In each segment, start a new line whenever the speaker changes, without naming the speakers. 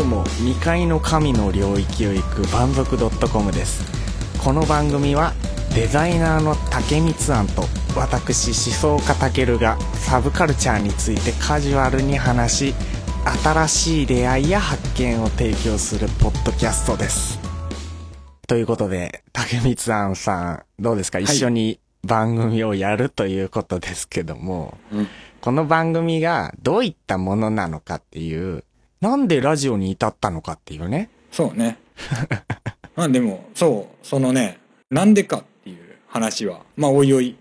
うも未開の神の領域を行く万族 .com ですこの番組はデザイナーの竹光庵と私思想家たけるがサブカルチャーについてカジュアルに話し新しい出会いや発見を提供するポッドキャストですということで竹光庵さんどうですか、
い
一緒に番組をやるということですけども
うん
この番組がどういったものなのかっていう、なんでラジオに至ったのかっていうね。
そうね。まあでも、そう、そのね、なんでかっていう話は、まあ、おいおい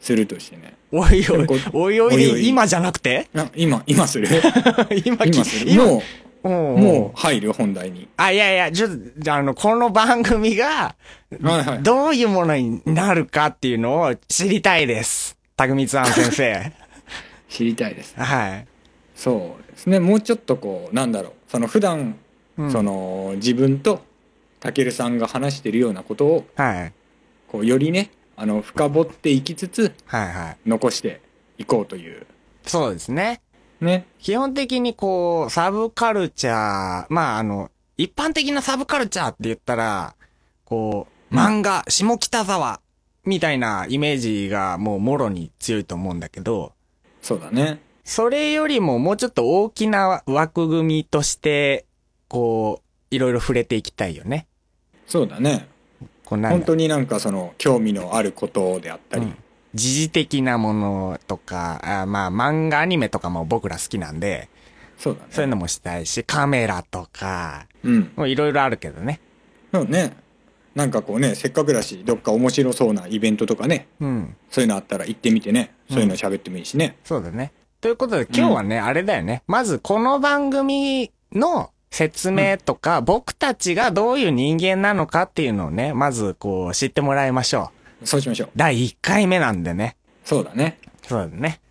するとしてね。
おいおい
こ、
おいおい
おい
で
おい
今じゃなくて
な今、今する
今
今するも
今
う、
も
もう入る本題に。
あ、いやいや、ちょっと、あの、この番組が、
はいはい。
どういうものになるかっていうのを知りたいです。たくみつあん先 生。
知りたいです。
はい。
そうですね。もうちょっとこう、なんだろう。その普段、
うん
その自分とたけるさんが話してるようなことを、
はい。
こう、よりね、あの、深掘っていきつつ、
はいはい。
残していこうという。
そうですね。
ね。
基本的にこう、サブカルチャー、まああの、一般的なサブカルチャーって言ったら、こう、
うん
漫画、下北沢、みたいなイメージがもうもろに強いと思うんだけど、
そうだね。
それよりももうちょっと大きな枠組みとして、こう、いろいろ触れていきたいよね。
そうだね。
こうなん
本
だ
当になんかその興味のあることであったり、
うん時事的なものとか、あまあ漫画アニメとかも僕ら好きなんで、
そうだね
そういうのもしたいし、カメラとか、
うん
もういろいろあるけどね。
そうねなんかこうねせっかくだしどっか面白そうなイベントとかね
うん。
そういうのあったら行ってみてねそういうの喋ってもいいしね、
そうだね。ということで今日はね、あれだよね。まずこの番組の説明とか、僕たちがどういう人間なのかっていうのをね、まずこう知ってもらいましょう。
そうしましょう
第1回目なんでね。
そうだね
そうだね。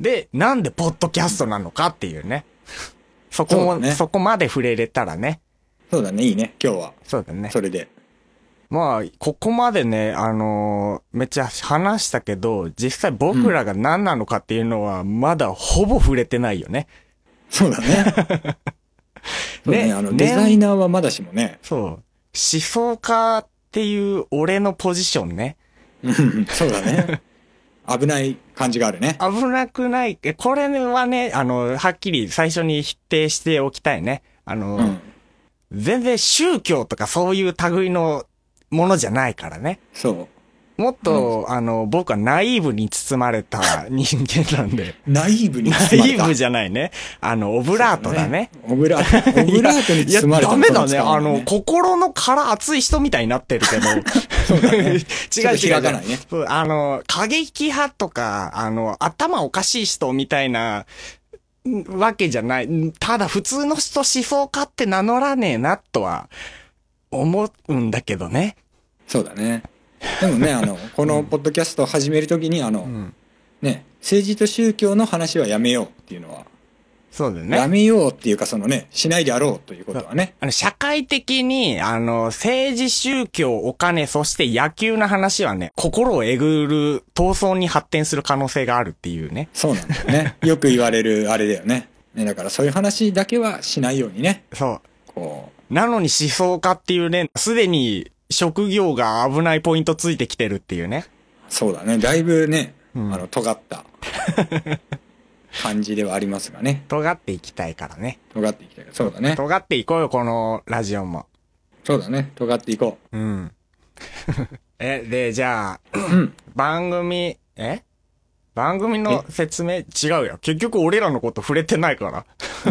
で、なんでポッドキャストなのかっていうね。そこも、
そうだね
そこまで触れれたらね。
そうだねいいね今日は
そうだね。
それで
まあ、ここまでね、あのーめっちゃ話したけど、実際僕らが何なのかっていうのは、まだほぼ触れてないよね。
そ うだねそうだね
ね
あの
ね
デザイナーはまだしもね
そう。思想家っていう俺のポジションね。
うんそうだ ね危ない感じがあるね
危なくない。えこれはね、あの、はっきり最初に否定しておきたいね。あの、
うん
全然宗教とかそういう類のものじゃないからね。
そ
もっと、あの、僕はナイーブに包まれた人間なんで。
うナイーブに
ナイ
包まれた
ーブじゃないね。あの、オブラートだね。
オブラートオブラートに
いや、
包まれた
ダメだね。
こ
あ
と
の、
に使
心の殻熱い人みたいになってるけ ど。
うもんねそうだね
違う
ちょっと
違う違
開
う
かないね
そうあの、過激派とか、あの、頭おかしい人みたいな、んわけじゃない。んただ普通の人思想家って名乗らねえな、とは、思うんだけどね。
そうだね。でもね、あ の、このポッドキャストを始めるときに、あの、
ん。
ね、政治と宗教の話はやめようっていうのは、
そうだよ
や
ね。
めようっていうか、そのね、しないであろうということは ね。
あの、社会的に、あの、政治、宗教、お金、そして野球の話はね、心をえぐる闘争に発展する可能性があるっていうね。
そうなんだよね。よく言われるあれだよね。ね、だからそういう話だけはしないようにね、
そう。
こ
なのに思想家っていうね、すでに職業が危ないポイントついてきてるっていうね。
う、そうだね、だいぶね、
うん
あの、尖った感じではありますがね。
尖っていきたいからね。
尖っていきたい。そう だね。
尖っていこうよ、このラジオも。
そうだね。尖っていこ
うん。 え、で、じゃあ、
う。うん。
番組、え番組の説明違うよ。結局俺らのこと触れてないから。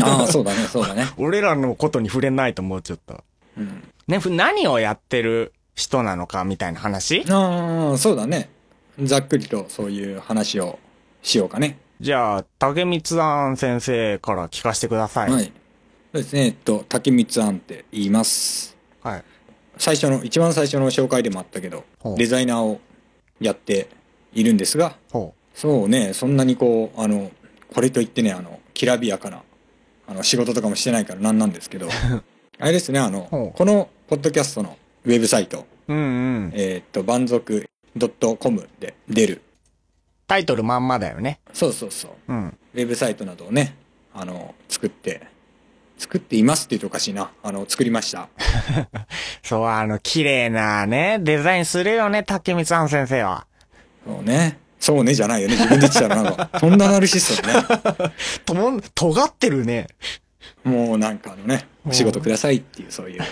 ああ、そうだね、そうだね。
俺らのことに触れないともうちょっと。
うん。
ね、ふ何をやってる人なのかみたいな話
ああ、そうだね。ざっくりとそういう話をしようかね。
じゃあ、竹光庵先生から聞かせてくださ。
はいい。
はい。
そうですね。えっと、竹光庵って言います。最初の、一番最初の紹介でもあったけど
ほう、
デザイナーをやっているんですが、
ほ
そうね、そんなにこう、あの、これといってね、あの、きらびやかな、あの、仕事とかもしてないからなんなんです けど、あれですね、あ
ほ
の
う、
この、ポッドキャストのウェブサイト、
う。うんうん。
えーっと、万族 .com で出る。
タイトルまんまだよね。
そうそうそう。
うん。
ウェブサイトなどをね、あの、作って、作っていますって言うとおかしいな。あの、作りました。
そう、あの、綺麗なね、デザインするよね、竹光庵先生は。
そうね。そうね、じゃないよね。自分で言ってたらなん か、とんだナルシストだね。
ともん、尖ってるね。
もうなんかあのね、お仕事くださいっていう、そういう。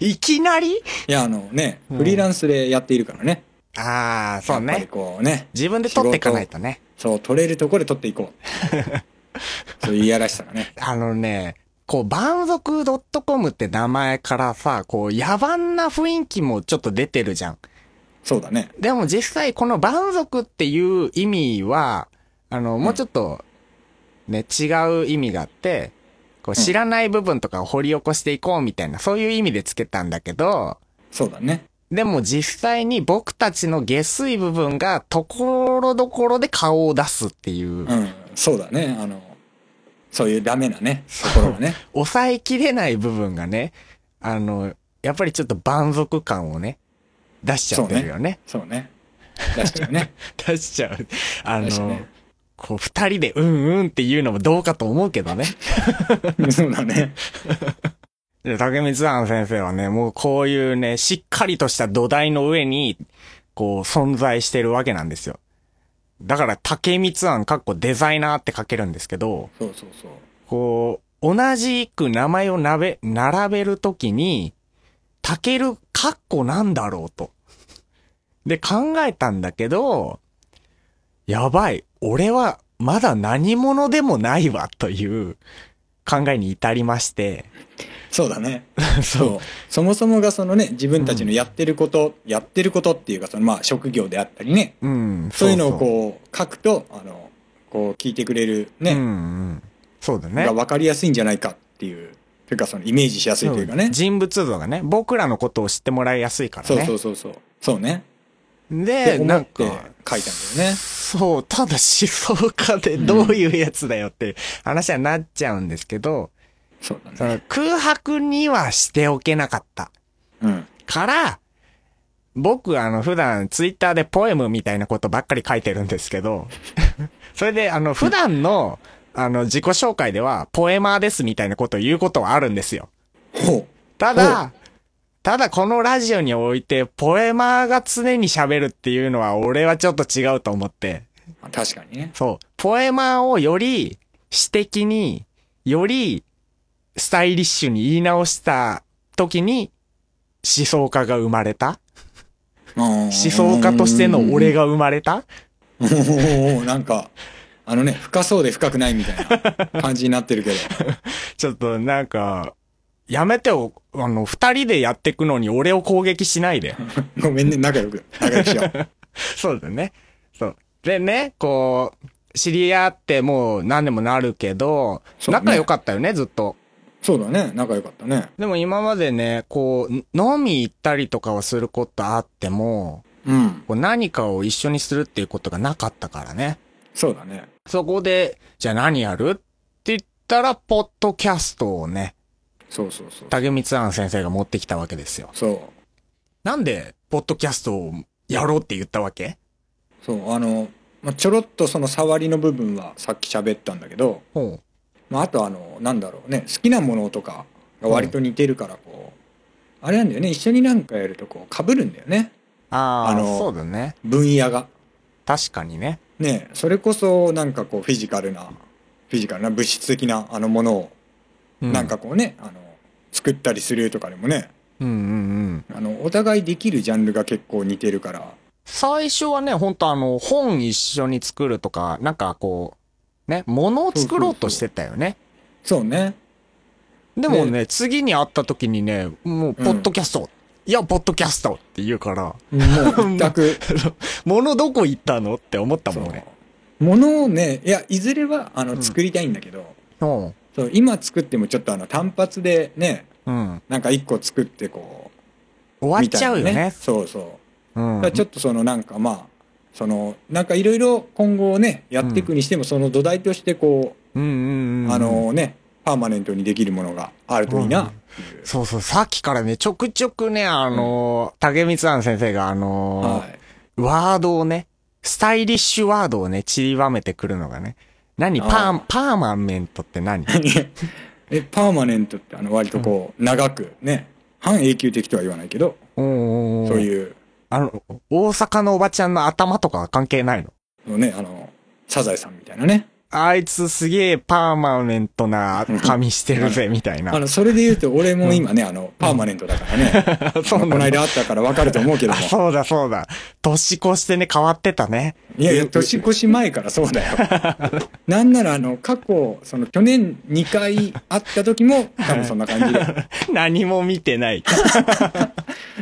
いきなり
いや、あのね、フリーランスでやっているからね。
ああ、そう
やっぱり
ね。
こうね、
自分で取っていかないとね。
そう、取れるところで取っていこう。そういういやらしさがね。
あのね、こう、万族 .com って名前からさ、こう、野蛮な雰囲気もちょっと出てるじゃん。
そうだね。
でも実際この蛮族っていう意味は、あの、もうちょっと、ね、違う意味があって、こう知らない部分とかを掘り起こしていこうみたいな、そういう意味でつけたんだけど、
そうだね。
でも実際に僕たちの下水部分がところどころで顔を出すっていう、
うん、そうだね。あの、そういうダメなね、ところがね。
抑えきれない部分がね、あの、やっぱりちょっと蛮族感をね、出しちゃってるよね。
そうね。出しちゃう ね。
出しちゃう。あ
出しちゃ
の、
うね
こう、二人でうんうんっていうのもどうかと思うけどね。
そうだね。
で竹光庵先生はね、もうこういうね、しっかりとした土台の上に、こう、存在してるわけなんですよ。だから、竹光庵かっこデザイナーって書けるんですけど、
そうそうそう。
こう、同じく名前をなべ、並べるときに、たけるかっこなんだろうと。で、考えたんだけど、やばい、俺はまだ何者でもないわ、という考えに至りまして。
そう だね。 そう。そもそもがそのね、自分たちのやってること、やってることっていうか、そのまあ職業であったりね、
うん、
そういうのを
う
こう書くと、あの、こう聞いてくれる
う
ね、
んうん。そうだね
が。分かりやすいんじゃないかっていう、というかそのイメージしやすいというか
う
ね
ん。人物像がね、僕らのことを知ってもらいやすいから
そう
ね。
そうそうそう。そうね。って
で、
思
なん
って書い
か、
たんだよね。
そう、ただ思想家でどういうやつだよって話はなっちゃうんですけど、
そうだ
そ
ね。
の空白にはしておけなかった。
うん。
から、僕あの普段ツイッターでポエムみたいなことばっかり書いてるんですけど、 それであの普段のあの自己紹介ではポエマーですみたいなことを言うことはあるんですよ。
ほ
た
お
だ、ただこのラジオにおいてポエマーが常に喋るっていうのは俺はちょっと違うと思って、
う。確かにね。
そう。ポエマーをより詩的に、よりスタイリッシュに言い直した時に思想家が生まれた
思
思想家としての俺が生まれた
おーおーなんか、あのね、深そうで深くないみたいな感じになってるけど。
ちょっとなんか、やめてよ。あの、二人でやってくのに俺を攻撃し ないで。
ごめんね、仲良く。仲良くしよう。
そうだね。そう。でね、こう、知り合ってもう何年もなるけど、
そうね
仲良かったよね、ずっと。
そうだね、仲良かったね。
でも今までね、こう、飲み行ったりとかはすることあっても、
うん。
こう何かを一緒にするっていうことがなかったからね。
そうだね。
そこで、じゃあ何やるって言ったら、ポッドキャストをね、
そうそうそう。
竹光庵先生が持ってきたわけですよ。
そう。
なんで、ポッドキャストをやろうって言ったわけ
そう、あの、まあ、ちょろっとその触りの部分はさっき喋ったんだけど、
ほう。
まあ、あとあの、なんだろうね、好きなものとかが割と似てるから、こう、あれなんだよね、一緒になんかやるとこう、被るんだよね、
ああ
あの
そうだね。
分野が。
確かにね。
ねえそれこそなんかこう、フィジカルな、フィジカルな物質的なあのものを、
う
なんか、こうね、あの、作ったりするとかでもね、
うんうんうん。
あの、お互いできるジャンルが結構似てるから、
最初はね、ほんとあの、本一緒に作るとか、なんかこう、ね、物を作ろうとしてたよね。
そうね、
でもね、次に会った時にね、もう、ポッドキャスト、いや、ポッドキャストって言うから、
もう一択。
物どこ行ったのって思った
そ
もん
う
ね。
ものをねいやいずれはあ
う
の
ん
作りたいんだけど、
うん。
そう今作ってもちょっとあの単発でね
うん。
なんか一個作ってこう
終わっちゃうよ
みたいな
ね。
そうそう
う
だ
ん
か。らちょっとそのなんかまあそのなんかいろいろ今後ねやっていくにしてもその土台としてこ
うんうん
う、
うん。
あ、のねパーマネントにできるものがあるといいなっていう、
そうそう、さっきからね、ちょくちょくね、あのー、竹光庵先生があのー、
はい
ワードをね、スタイリッシュワードをね、散りばめてくるのがね。何パ
あ
ー
ー
パーマンメントって何
え、パーマネントってあの割とこう、長くね、半永久的とは言わないけど、
うん
そう
う。
いう
あの、大阪のおばちゃんの頭とかは関係ないの
のね、あの、サザエさんみたいなね。
あいつすげえパーマネントな髪してるぜ、みたい
あ
な。
の、それで言うと俺も今ね、あの、パーマネントだからね。
そうな
まあこの
んだ。
間あったからわかると思うけど
あ、
も。
そうだそうだ。年越してね、変わってたね。
いやいや、年越し前からそうだよ。 なんならあの、過去、その去年2回会った時も、多分そんな感じで、
何も見てない。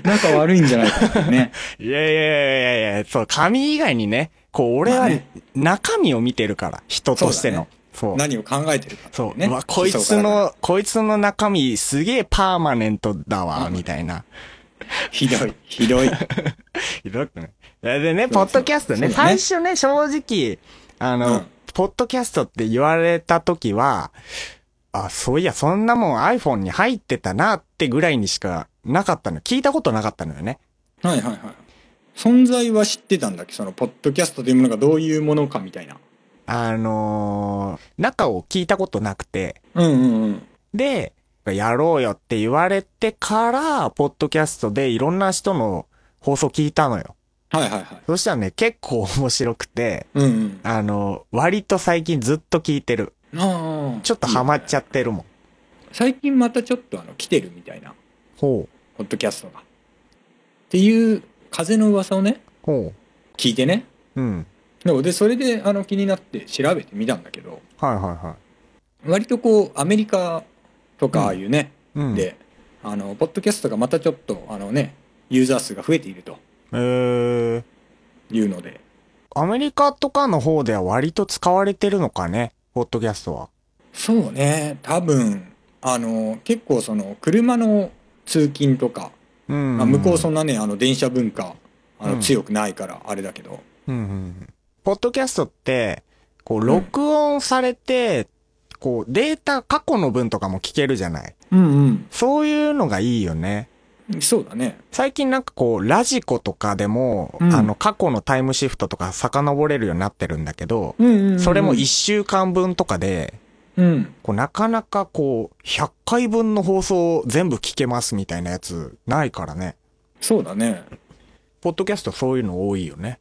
仲悪いんじゃないかなね。
いやいやいやいやいや、そう、髪以外にね、こう、俺
ま
は
あね
中身を見てるから、人としての。 そう,、
何を考えてるかってい
そうう。
ね。
うわ、こい
思想
つ
家だから。
の、こいつの中身すげえパーマネントだわ、みたいな。
ひどい、ひどい。
ひどくないやでね、
そ
ポ
う
ッドキャストね、
そうだ
最
ね
初ね、正直、あの、
うん
ポッドキャストって言われた時は、あ、そういや、そんなもん iPhone に入ってたなってぐらいにしかなかったの。聞いたことなかったのよね。
はいはいはい。存在は知ってたんだっけその、ポッドキャストというものがどういうものかみたいな。
あのー中を聞いたことなくて、
うんうんうん。
で、やろうよって言われてから、ポッドキャストでいろんな人の放送聞いたのよ。
はいはいはい。
そしたらね、結構面白くて、
うんうん。
あの、割と最近ずっと聞いてる。
ああ。
ちょっとハマっちゃ
いい
っ
ね
てるもん。
最近またちょっとあの、来てるみたいな、
ほう。
ポッドキャストが。っていう、風の噂をね、
ほ
聞いてね。
う。うん。
ででそれであの気になって調べてみたんだけど
はいはいは
割とこうアメリカと
うん
かああいうね、
い。うん。、
であのポッドキャストがまたちょっとあのねユーザー数が増えていると
えー、
いうので
アメリカとかの方では割と使われてるのかね、ポッドキャストは。
そうね多分あの結構その車の通勤とか、
うん
まあ、向こうそんなねあの電車文化あ
うん
の強くないからあれだけど、
うんうんうん。ポッドキャストって、こう、録音されて、こう、データ過去の分とかも聞けるじゃない。
うん
そういうのがいいよね。
うんそうだね
最近なんかこう、ラジコとかでも、
うん
あの、過去のタイムシフトとか遡れるようになってるんだけど、
うんうん、
それも1週間分とかで、
うん
こうなかなかこう、100回分の放送を全部聞けますみたいなやつないからね。
そうだね
ポッドキャストそういうの多いよね。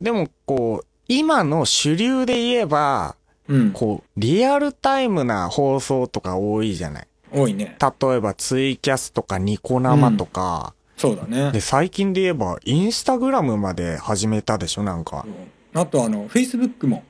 でもこう、今の主流で言えば、
うん
こう、リアルタイムな放送とか多いじゃない。
多いね
例えばツイキャスとかニコ生とか、
そうだね
で、最近で言えばインスタグラムまで始めたでしょなんか。
あとあのフェイスブックも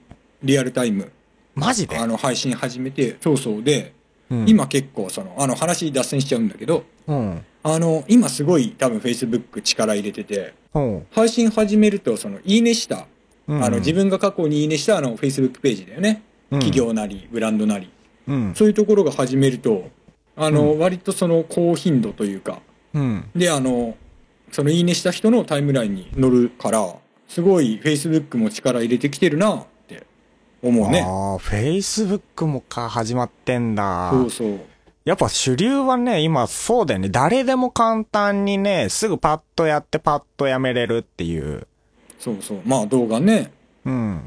リアルタイム
マジで
あの配信始めてそうそうで、
うん、
今結構そのあの話脱線しちゃうんだけど
うん。
あの今すごい多分フェイスブック力入れてて
うん。
配信始めるとそのいいねした、
うん。
あの自分が過去にいいねしたあのフェイスブックページだよね、
うん
企。業なりブランドなり
うん。
そういうところが始めるとあの、
う
割とその高頻度というか
うん。
であのそのいいねした人のタイムラインに乗るからすごいフェイスブックも力入れてきてるなって思うね。
ああ、Facebook もか、始まってんだ。
そうそう。
やっぱ主流はね、今そうだよね。誰でも簡単にね、すぐパッとやってパッとやめれるっていう。
そうそう。まあ動画ね、
うん。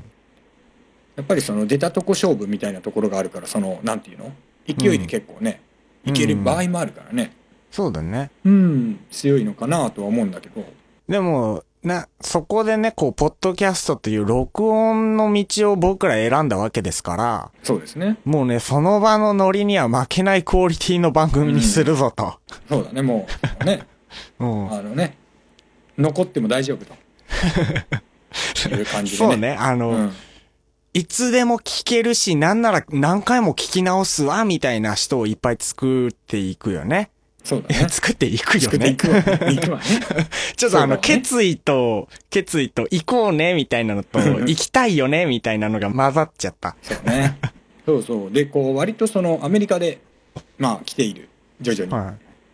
やっぱりその出たとこ勝負みたいなところがあるから、その、なんていうの勢いで結構ね、
うん
いける場合もあるからね。
そうだね。
うん、強いのかなとは思うんだけど。
でも、な、そこでね、こう、ポッドキャストっていう録音の道を僕ら選んだわけですから、
そうですね。
もうね、その場のノリには負けないクオリティの番組にするぞと。
そうだね、もう、ね、
うん。
あのね、残っても大丈夫と。いう感じでね。
そうね、あの、
うん。
いつでも聞けるし、なんなら何回も聞き直すわ、みたいな人をいっぱい作っていくよね。
そうだ ね。
作っていくよ
作ってい
ね。
くわ、いくわね。
ちょっとあの、
そうだね
決意と、決意と、行こうね、みたいなのと、行きたいよね、みたいなのが混ざっちゃった。
そうね。そうそう。で、こう、割とその、アメリカで、まあ、来ている、徐々にっ
は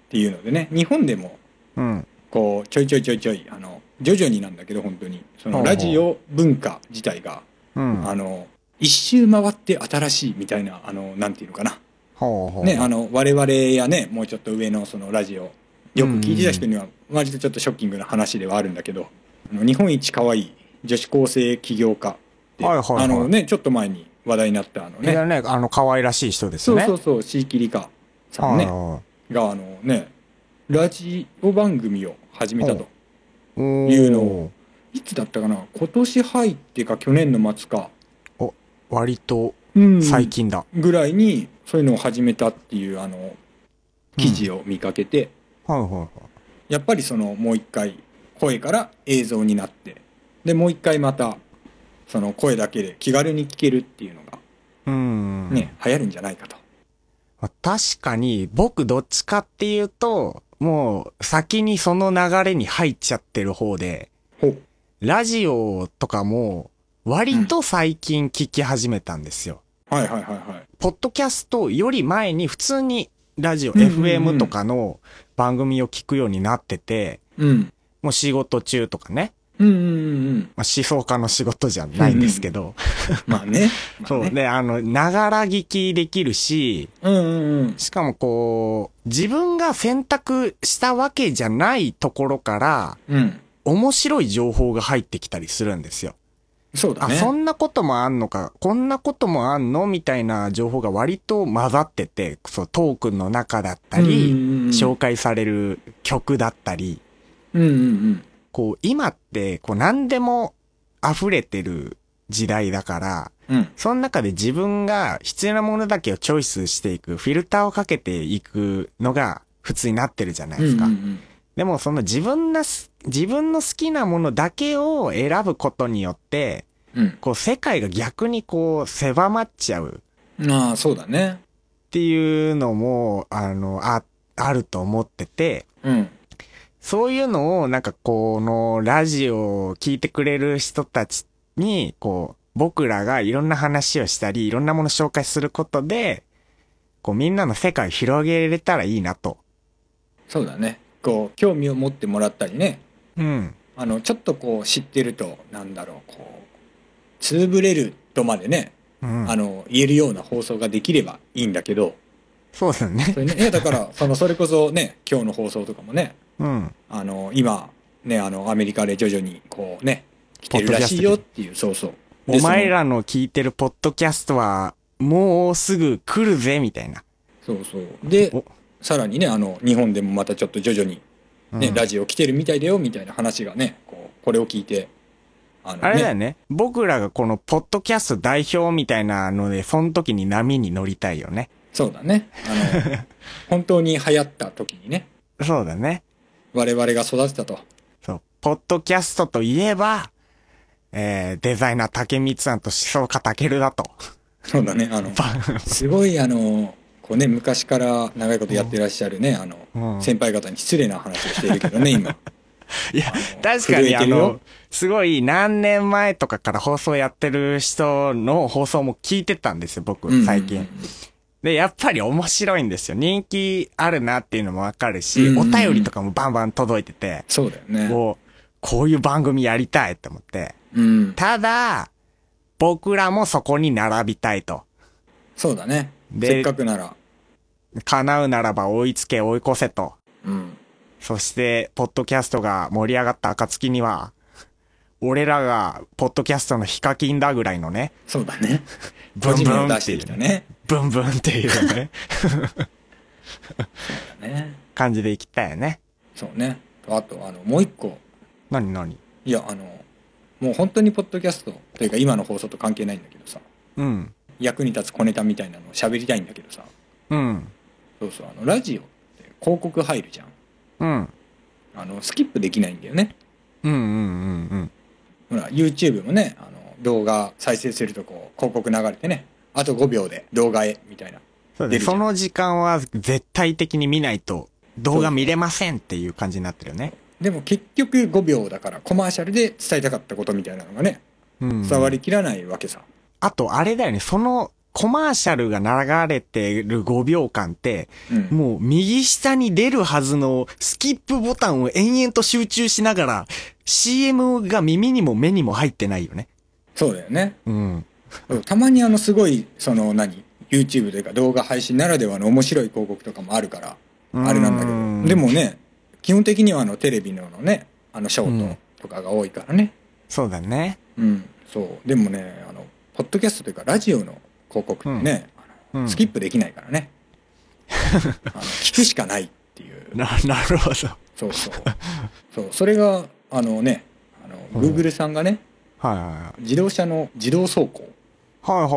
ていうのでね、日本でも、
い。うん。
こうちょいちょいちょいちょいあの徐々になんだけど本当にそ
ほう
の
ほう
ラジオ文化自体が、
うん。
あの一周回って新しいみたいなあのなんていうのかな、
ほうほう。
ね、あの我々やねもうちょっと上のそのラジオよく聞いてた人には割とちょっとショッキングな話ではあるんだけど、あの日本一可愛い女子高生起業家って、
はいはいはい
あのねちょっと前に話題になったあの
ね
ね
ねあの可愛らしい人です
そう
ね
そうそうシーキリカさんね
は
があのねラジオ番組を始めたと
いおー
いうのをいつだったかな今年入ってか去年の末か、
割と
うん
最近だ、
ぐらいにそういうのを始めたっていうあの記事を見かけて、
はいはいはい
やっぱりそのもう一回声から映像になってでもう一回またその声だけで気軽に聞けるっていうのが
うん
ね、流行るんじゃないかと。
まあ確かに、僕どっちかっていうと、もう先にその流れに入っちゃってる方で、
ほう
ラジオとかも割と最近聞き始めたんですよ。
はいはいはいはい。
ポッドキャストより前に普通にラジオ、
うんうんうん
FM とかの番組を聞くようになってて、
うん。
もう仕事中とかね、
うんうんうん。
まあ、思想家の仕事じゃないんですけど、
まあね。
そう。で、あの、ながら聞きできるし、
うんうんうん。
しかもこう、自分が選択したわけじゃないところから、
うん。
面白い情報が入ってきたりするんですよ。
そうだ
あ、
ね。
そんなこともあんのか、こんなこともあんのみたいな情報が割と混ざってて、そう、トークンの中だった
うん
り、
うんうん
紹介される曲だったり、
うんうんうん。
こう、今って、こう、何でも溢れてる時代だから、
うん。
その中で自分が必要なものだけをチョイスしていく、フィルターをかけていくのが普通になってるじゃないですか。
うんうんうん
でもその自分なす、自分の好きなものだけを選ぶことによって、
うん。
こう世界が逆にこう狭まっちゃう
ああ、そうだ
っ
ね。
ていうのも、あの、あ、あると思ってて、
うん。
そういうのをなんかこのラジオを聞いてくれる人たちに、こう、僕らがいろんな話をしたり、いろんなもの紹介することで、こうみんなの世界を広げれたらいいなと。
そうだね。こう、興味を持ってもらったりね。
うん。
あの、ちょっとこう、知ってると、なんだろう、こう、つぶれるとまでね、
うん
あ。の、言えるような放送ができればいいんだけど、
そうですよね
そ。れね、いやだから、その、それこそね、今日の放送とかもね、
うん。
あの今ねあのアメリカで徐々にこうね来てるらしいよっていうそうそうで
お前らの聞いてるポッドキャストは、もうすぐ来るぜ、みたいな。
そのそうそうで
お
さらにねあの日本でもまたちょっと徐々に、ね
うん
ラジオ来てるみたいだよみたいな話がねこうこれを聞いてあの、ね、
あれだよね。僕らがこのポッドキャスト代表みたいなので、その時に波に乗りたいよね。
そうだねあ の本当に流行った時にね
そうだね。
我々が育てたと
そう。ポッドキャストといえば、えー、デザイナー竹光さんと思想家竹るだ と。
そうだねあのすごいあのこうね昔から長いことやってらっしゃるねあの、
うん
先輩方に失礼な話をしているけどね今
いや
あ
確
の、
か
震
に
え
あ
てるよ
の、すごい何年前とかから放送やってる人の放送も聞いてたんですよ、僕、最近。
うんうんうん
で、やっぱり面白いんですよ。人気あるなっていうのもわかるし、
うん
お便りとかもバンバン届いてて、
そうだよね
こう、こういう番組やりたいって思って。
うん、
ただ、僕らもそこに並びたいと。
そうだね。
で
せっかくなら。
叶うならば追いつけ追い越せと。
うん。
そして、ポッドキャストが盛り上がった暁には、俺らが、ポッドキャストのヒカキンだぐらいのね、
そうだね。
ブンブン
個人名を出
っ
してて
い
きた
う、
ね。
ブンブンっていう ね、
ね
感じでいきたいよね。
そうね。あと、あの、もう一個。
なになに
いや、あの、もう本当にポッドキャストというか今の放送と関係ないんだけどさ、
うん。
役に立つ小ネタみたいなのを喋りたいんだけどさ、
うん。
そうそう、あの、ラジオって広告入るじゃん。
うん。
あの、スキップできないんだよね。
うんうんうんうん。
ほら、YouTube もね、あの、動画再生するとこう、広告流れてね、あと5秒で動画へ、みたいな。
そう
出
で
る
す
じゃ
そ
ん
の時間は絶対的に見ないと動画見れませんっていう感じになってるよね。
でも結局5秒だからコマーシャルで伝えたかったことみたいなのがね、
うん。
伝わりきらないわけさ。
あと、あれだよね、そのコマーシャルが流れてる5秒間って、
うん
もう右下に出るはずのスキップボタンを延々と集中しながら、CM が耳にも目にも入ってないよね。
そうだよね。
うん。
たまにあのすごい、その何 ?YouTube というか動画配信ならではの面白い広告とかもあるから、あれなんだけど。で、もね、基本的にはあのテレビののね、あのショートとかが多いからね。
そうだね。
うん、そう。でもね、あの、ポッドキャストというかラジオの広告ってね、あの
うん
スキップできないからねあの聞くしかないっていう
な なるほど
そうそうそうそれがあのねあの
うん
Google さんがね
はいはいはい
自動車の自動走行
はいはい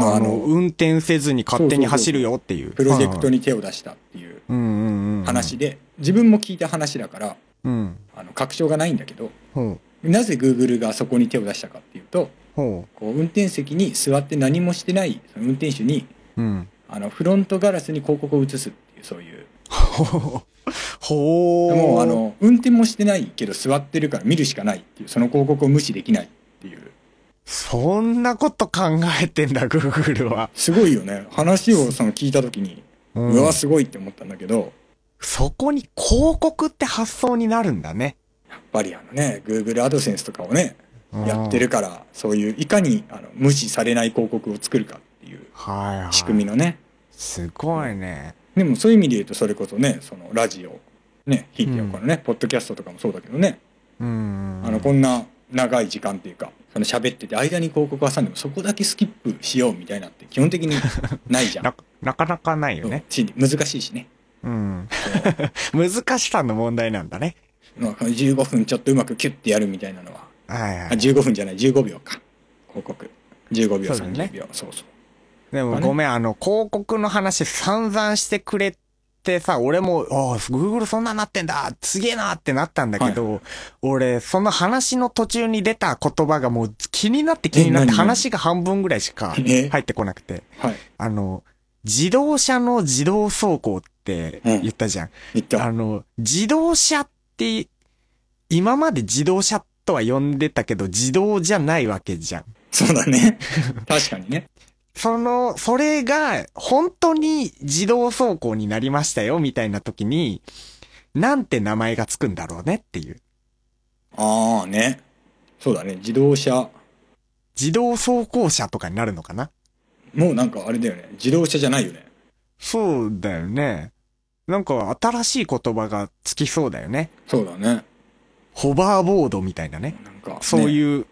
はい。あ
あの
の、運転せずに勝手に走るよっていう。
プロジェクト
に。
に手を出したっていう
うんうんうん。
話。で自分も聞いた話だから
うん。
あの確証がないんだけど
ほう。
なぜ Google がそこに手を出したかっていうと
ほ
こう運転席に座って何もしてないその運転手に
う。 うん。
あのフロントガラスに広告を映すっていうそういう
ほう。ほう。
もうあ。の運転もしてないけど座ってるから見るしかないっていうその広告を無視できないっていう
そんなこと考えてんだ、グーグルは。
すごいよね話をその聞いた時に
う
うわすごいって思ったんだけど
そこに広告って発想になるんだね。
やっぱりあのね Google アドセンスとかをね
うん
やって。るからそういういかにあの無視されない広告を作るかっていう
はいはい。
仕組み
み。
のね
すごいね。
でもそういう意味で言うとそれこそねそのラジオね引いてよこのね、ポッドキャストとかもそうだけどね、
うん。
あのこんな長い時間っていうかその喋ってて間に広告挟んでもそこだけスキップしようみたいなって基本的にないじゃ ん
な、なかなかないよね。
そうし難しいしね
うん。 難しさの問題なんだね。
まあ15分ちょっとうまくキュッてやるみたいなのは
はいは
あ
い。
15分じゃない15秒か広告15秒
そうだね
30秒そう,、そう
でもごめん、あの、広告の話散々してくれてさ、俺も、ああ、Google そんななってんだすげえなってなったんだけど、俺、その話の途中に出た言葉がもう気になって気になっ
え
て
何
話が半分ぐらいしか
え
入ってこなくて。
はい
あの、自動車の自動走行って言ったじゃん。
言った
あの、自動車って、今まで自動車とは呼んでたけど、自動じゃないわけじゃん。
そう だね。確かにね。
その、それが、本当に自動走行になりましたよ、みたいな時に、なんて名前がつくんだろうねっていう。
ああね。そうだね。自動車。
自動走行車とかになるのかな
もうなんかあれだよね。自動車じゃないよね。
そうだよね。なんか、新しい言葉がつきそうだよね。
そうだね。
ホバーボードみたいなね。
なんか、
そう
う。
いう、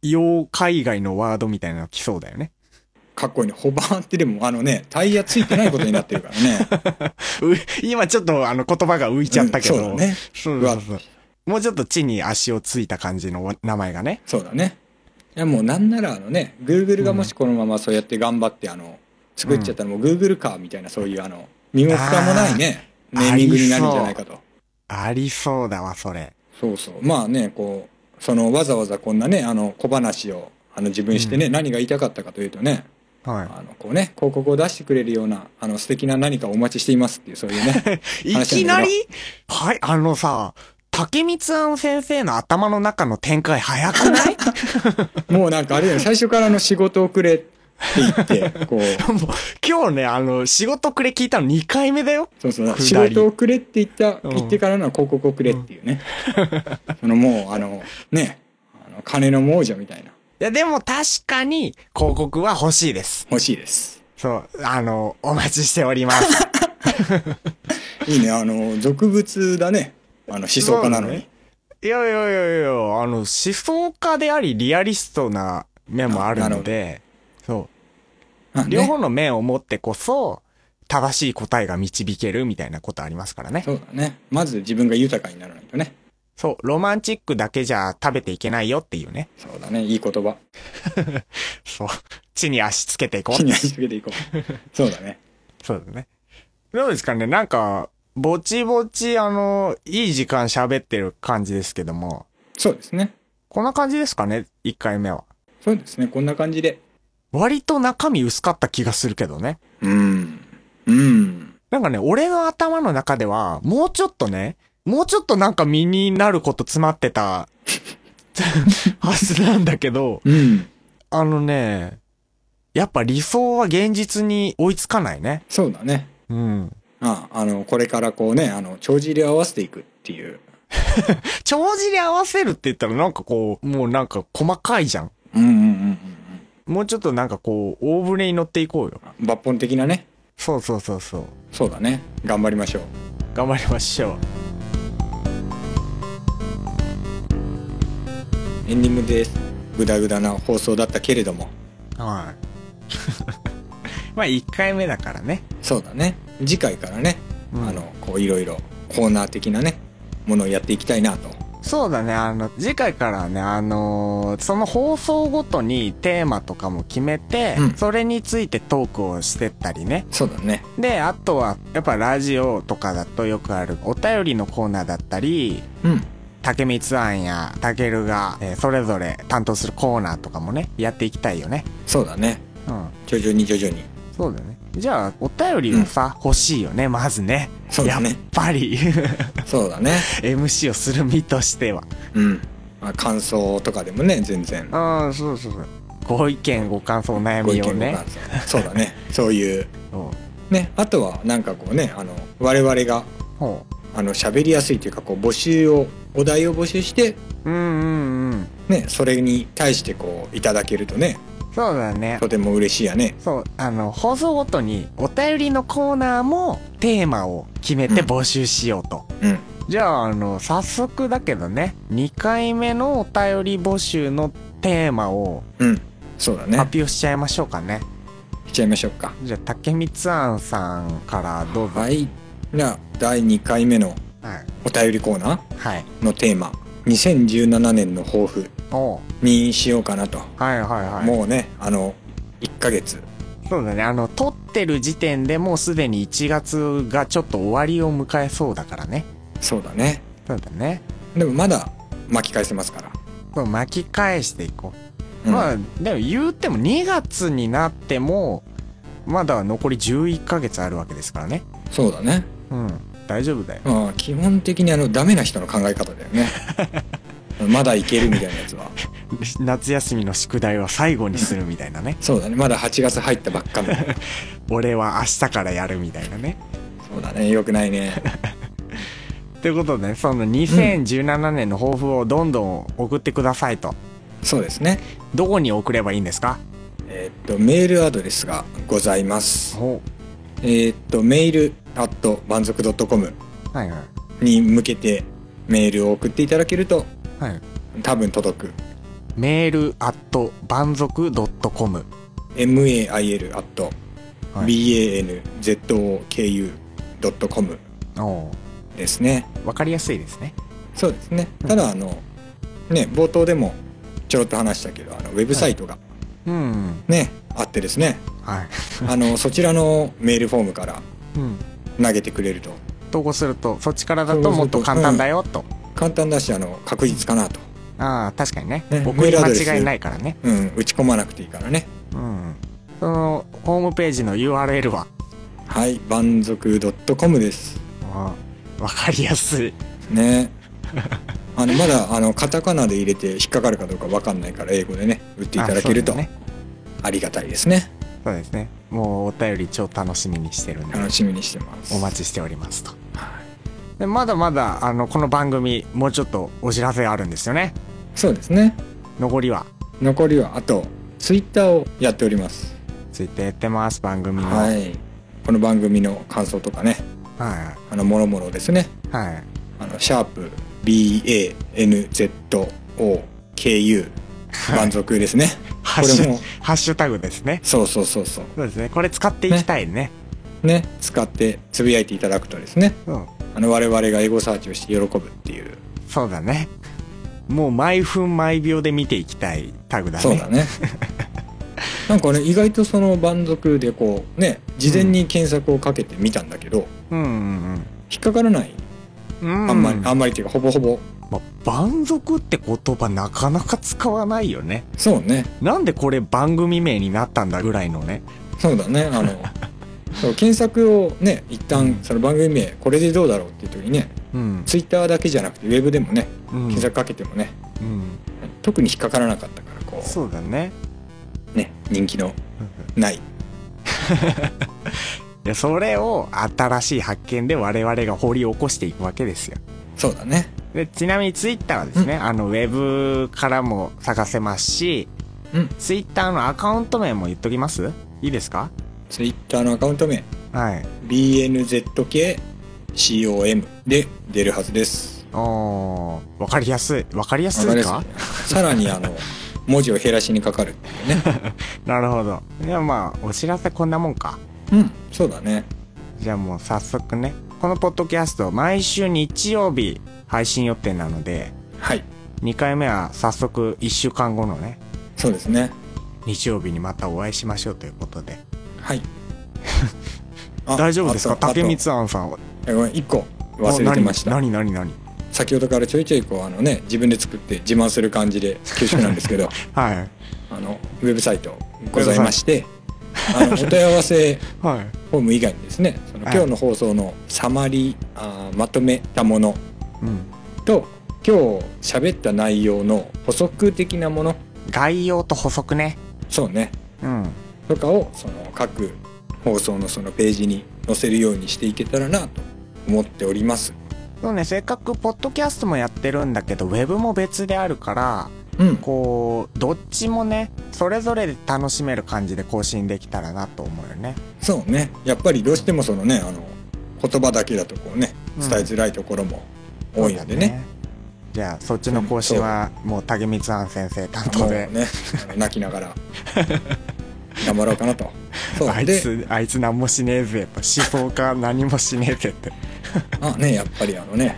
洋海外のワードみたいなの来そうだよね。
かっこいいね。ホバーってでも、あのね、タイヤついてないことになってるからね。
う今ちょっとあの言葉が浮いちゃったけど。
うんそうだね。
そう
う
そう
わ
そう。もうちょっと地に足をついた感じの名前がね。
そうだね。いやもうなんならあのね、Google がもしこのままそうやって頑張って、あの、作っちゃったらもう Google カーみたいなそういうあの、身も蓋もないね、
あー
ネーミングになるんじゃないかと。
ありそうだわ、それ。
そうそう。まあね、こう、そのわざわざこんなね、あの、小話を、あの自分してね、何が言いたかったかというとね、
は
あのこうね広告を出してくれるようなあの素敵な何かをお待ちしていますっていうそういうね
い。いきなりはい、あのさ、竹光庵先生の頭の中の展開早く ない
もうなんかあれだよね最初からあの仕事をくれって言ってこう
もう今日ね、あの、仕事くれ聞いたの2回目だよ。
そうそう
下り
仕事をくれって言った
うん
言ってからの広告をくれっていうね、そのもうあのねあの金の亡者みたいない
や、でも確かに広告は欲しいです。
欲しいです
そう、あの、お待ちしております。
いいねあの俗物だねあの思想家なのに、
いやいやいやいや、あの、思想家であり、リアリストな面もあるので、そう。
まあね
両方の面を持ってこそ、正しい答えが導けるみたいなことありますからね。
そうだねまず自分が豊かにならないとね
そう、ロマンチックだけじゃ食べていけないよっていうね。
そうだねいい言葉
そう。地に足つけていこ
気
う。
にしつけていこうそうだね
そうだね。どうですかねなんか、ぼちぼち、あの、いい時間喋ってる感じですけども、
そうですね
こんな感じですかね ?1 回目は。
そうですね、こんな感じで。
割と中身薄かった気がするけどね。
うん。うん。
なんかね、俺の頭の中では、もうちょっとね、もうちょっとなんか身になること詰まって たはずなんだけど、
うん。
あのね、やっぱ理想は現実に追いつかないね。
そうだね。
うん。
ああ、の、これからこうね、あの、帳尻を合わせていくっていう。
帳尻合わせるって言ったらなんかこう、もうなんか細かいじゃん。
うんうんうんうん
もうちょっとなんかこう、大船に乗っていこうよ。
うん。抜本的なね。
そうそうそうそう。
そうだね。頑張りましょう。
頑張りましょう。
エンディングです。ぐだぐだな放送だったけれども、
はい まあ1回目だからね
そうだね次回からね、
うん
あのこういろいろコーナー的なねものをやっていきたいなと
そうだねあの次回からはねあのーその放送ごとにテーマとかも決めて、
うん
それについてトークをしてったりね
そうだね
であとはやっぱラジオとかだとよくあるお便りのコーナーだったり
うん
竹光庵やたけるが、えーそれぞれ担当するコーナーとかもねやっていきたいよね
そうだね
うん
徐々に徐々に
そうだねじゃあお便りはさ、欲しいよねまずね
そうだね
やっぱり
そうだね
MC をする身としては
うん、まあ、感想とかでもね全然
ああそうそうそうご意見ご感想お悩
ご
み
意見
を
ご
ね
感想そうだねそういう
うん
ねあとはなんかこうねあの我々が
ほ
あの喋りやすいというかこう募集をお題を募集して
ううんうんうん
ねそれに対してこういただけるとね
そうだね
とても嬉しいやね
そうあの放送ごとにお便りのコーナーもテーマを決めて募集しようと、
うん
じゃああの早速だけどね2回目のお便り募集のテーマを
うんそうだね
発表しちゃいましょうかね
いっちゃいましょうか
じゃあ竹光庵さんからどうぞ
はいじゃあ第2回目の
はい
お便りコーナ
はい
ーのテーマ2017年の抱負
おう
にしようかなと、
はいはいはい
もうねあの1ヶ月
そうだねあの撮ってる時点でもうすでに1月がちょっと終わりを迎えそうだからね
そうだね
そうだね
でもまだ巻き返せますから、
そう巻き返していこう
うん
まあでも言うても2月になってもまだ残り11ヶ月あるわけですからね
そうだね
うん大丈夫だよ
まあ基本的にあのダメな人の考え方だよねまだいけるみたいなやつは
夏休みの宿題は最後にするみたいなね
そうだねまだ8月入ったばっかの
俺は明日からやるみたいなね
そうだねよくないね
ということでねその2017年の抱負をどんどん送ってくださいと
そうですね
どこに送ればいいんですか
えーっとメールアドレスがございます
お
えーっとメールアット満足 .com
はいはい
に向けてメールを送っていただけると
はい
多分届く
メールアット満足 .com
mail アット
はい
banzoku.com
お
ですね
分かりやすいですね
そうですね
うん
ただあのね冒頭でもちょろっと話したけどあのウェブサイトが
うん
ね、あってで すね
はい
あのそちらのメールフォームから
うん
投げてくれると
投稿するとそっちからだともっと簡単だよと、
簡単だしあの確実かなと、
ああ確かにね
ね
送り間違いないからね
うん、打ち込まなくていいからね
うんそのホームページの URL は
はい満足 .com です
ああわかりやすい
ね あのまだあのカタカナで入れて引っかかるかどうかわかんないから英語でね打っていただけると
あそうだね
ありがたいですね
そうですねもうお便り超楽しみにしてるんで
楽しみにしてます
お待ちしておりますと
はい
でまだまだあのこの番組もうちょっとお知らせあるんですよね
そうですね
残りは
残りはあとツイッターをやっております
ついてやってます番組の
はいいこの番組の感想とかね
は
あのもろもろですね
い、はい、
あの、シャープ BANZOKU 満足ですね。
ハッ
こ
シ
れ
ュ
も、
ハッシュタグですね
そうそうそうそう。
そうですねこれ使っていきたいね
ね、使ってつぶやいていただくとですね、
うん
あの、我々がエゴサーチをして喜ぶっていう。
そうだね。もう毎分毎秒で見ていきたいタグだね。
そう だね。なんかね、意外とその満足でこう、ね、事前に検索をかけてみたんだけど、
うんうん
引っかからない。
うん。
あんまり、
う
あんまりっていうか、ほぼほぼ。
まあ、万足って言葉なかなか使わないよね。
そうね。
なんでこれ番組名になったんだぐらいのね。
そうだね。 あの、そう検索をね、一旦、その番組名、これでどうだろうっていう時にね、
うん。
ツイッターだけじゃなくてウェブでもね
うん
検索かけてもね、
うん。
特に引っかからなかったからこ
そうだね。
うね人気のない
いや、それを新しい発見で我々が掘り起こしていくわけですよ。
そうだね
で、ちなみにツイッターはですね、あの、ウェブからも探せますし、
うん
ツイッターのアカウント名も言っときますいいですか
ツイッターのアカウント名
はい。
BNZKCOM で出るはずです
あーわかりやすい。わかりやす
わかり
い
やす
か
いさらにあの文字を減らしにかかるっていうね
なるほどじゃあまあお知らせこんなもんか
うんそうだね
じゃあもう早速ねこのポッドキャスト毎週日曜日配信予定なので
はい
2回目は早速1週間後のね
そうですね
日曜日にまたお会いしましょうということで
はい あ
大丈夫ですか
あとあと
竹光庵さんは
えごめん一個忘れてました
何何何
先ほどからちょいちょいこうあのね自分で作って自慢する感じで恐縮なんです けど
何はい
あのウェブサイトございましてあのお問い合わせ
はい
フォーム以外にですねその
はい
今日の放送のサマリーあーまとめたもの
うん
と今日喋った内容の補足的なもの
概要と補足ね
そうね
うん
とかをその各放送のそのページに載せるようにしていけたらなと思っております
そうねせっかくポッドキャストもやってるんだけどウェブも別であるから
うん
こうどっちもねそれぞれで楽しめる感じで更新できたらなと思うよね
そうねやっぱりどうしてもそのねあの言葉だけだとこうね
うん
伝えづらいところも多いのでね,、
じゃあそっちの更新はもう竹光庵先生担
も
当
う
で、
ねあ の泣きながら頑張ろうかなとそう
あい
で
つあいつ何もしねえぜと思想家何もしねえぜって
あねやっぱりあのね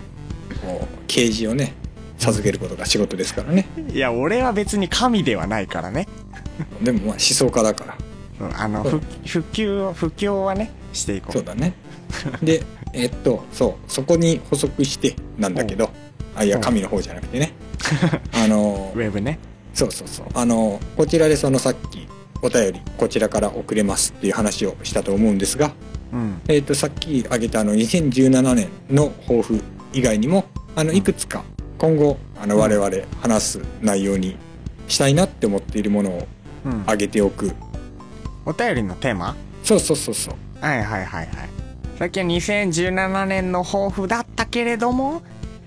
こう啓示をね授けることが仕事ですか らね
いや俺は別に神ではないからね、
でもまあ思想家だから
うんあの
そ
ふ
う
普及を布教はねしていこう
そうだねでえっとそうそこに補足してなんだけどあいや
うん
神の方じゃなく てねあの
ウェブね
そうそうそうあのこちらでそのさっきお便りこちらから送れますっていう話をしたと思うんですが、
うん
えっとさっき挙げたあの2017年の抱負以外にもあのいくつか今後あの
うん
我々話す内容にしたいなって思っているものを
うん
挙げておく
お便りのテーマ
そうそうそうそう
はいはいはいはいさっきは2017年の抱負だったけれども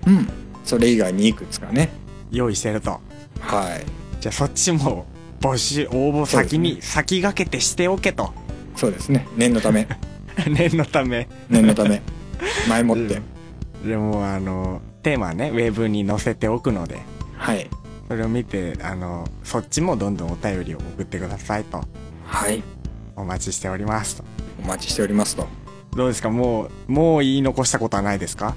うんそれ以外にいくつかね
用意してると
はい
じゃあそっちも募集応募先に、
そう
先駆けてしておけと
そうですね念のため
念のため
念のため前もって
でもあのテーマねウェブに載せておくので
はい
それを見てあのそっちもどんどんお便りを送ってくださいと
はい
お待ちしておりますと
お待ちしておりますと
どうですかもうもう言い残したことはないですか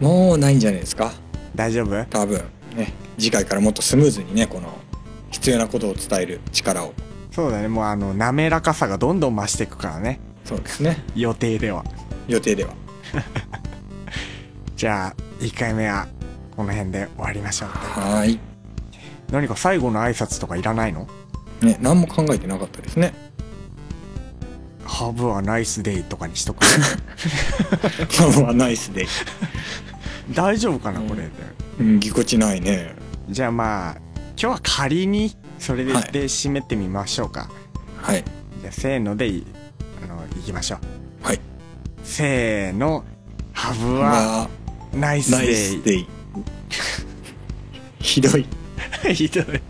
もうないんじゃないですか
大丈夫
多分ね次回からもっとスムーズにねこの必要なことを伝える力を
そうだねもうあの滑らかさがどんどん増していくからね
そうですね
予定では
予定では
じゃあ1回目はこの辺で終わりましょう
はーい
何か最後の挨拶とかいらないの
ね何も考えてなかったですね
ハブはナイスデイとかにしとく
まあ ナイスで、
大丈夫かなこれで、
うん、ぎこちないね
じゃあまあ今日は仮にそれで,、
はい
で締めてみましょうか
はい
じゃあせーのでいあのいきましょう
はい
せーのハブは
まあ
ナイス
ナイ
デイ
スデイひどい
ひどい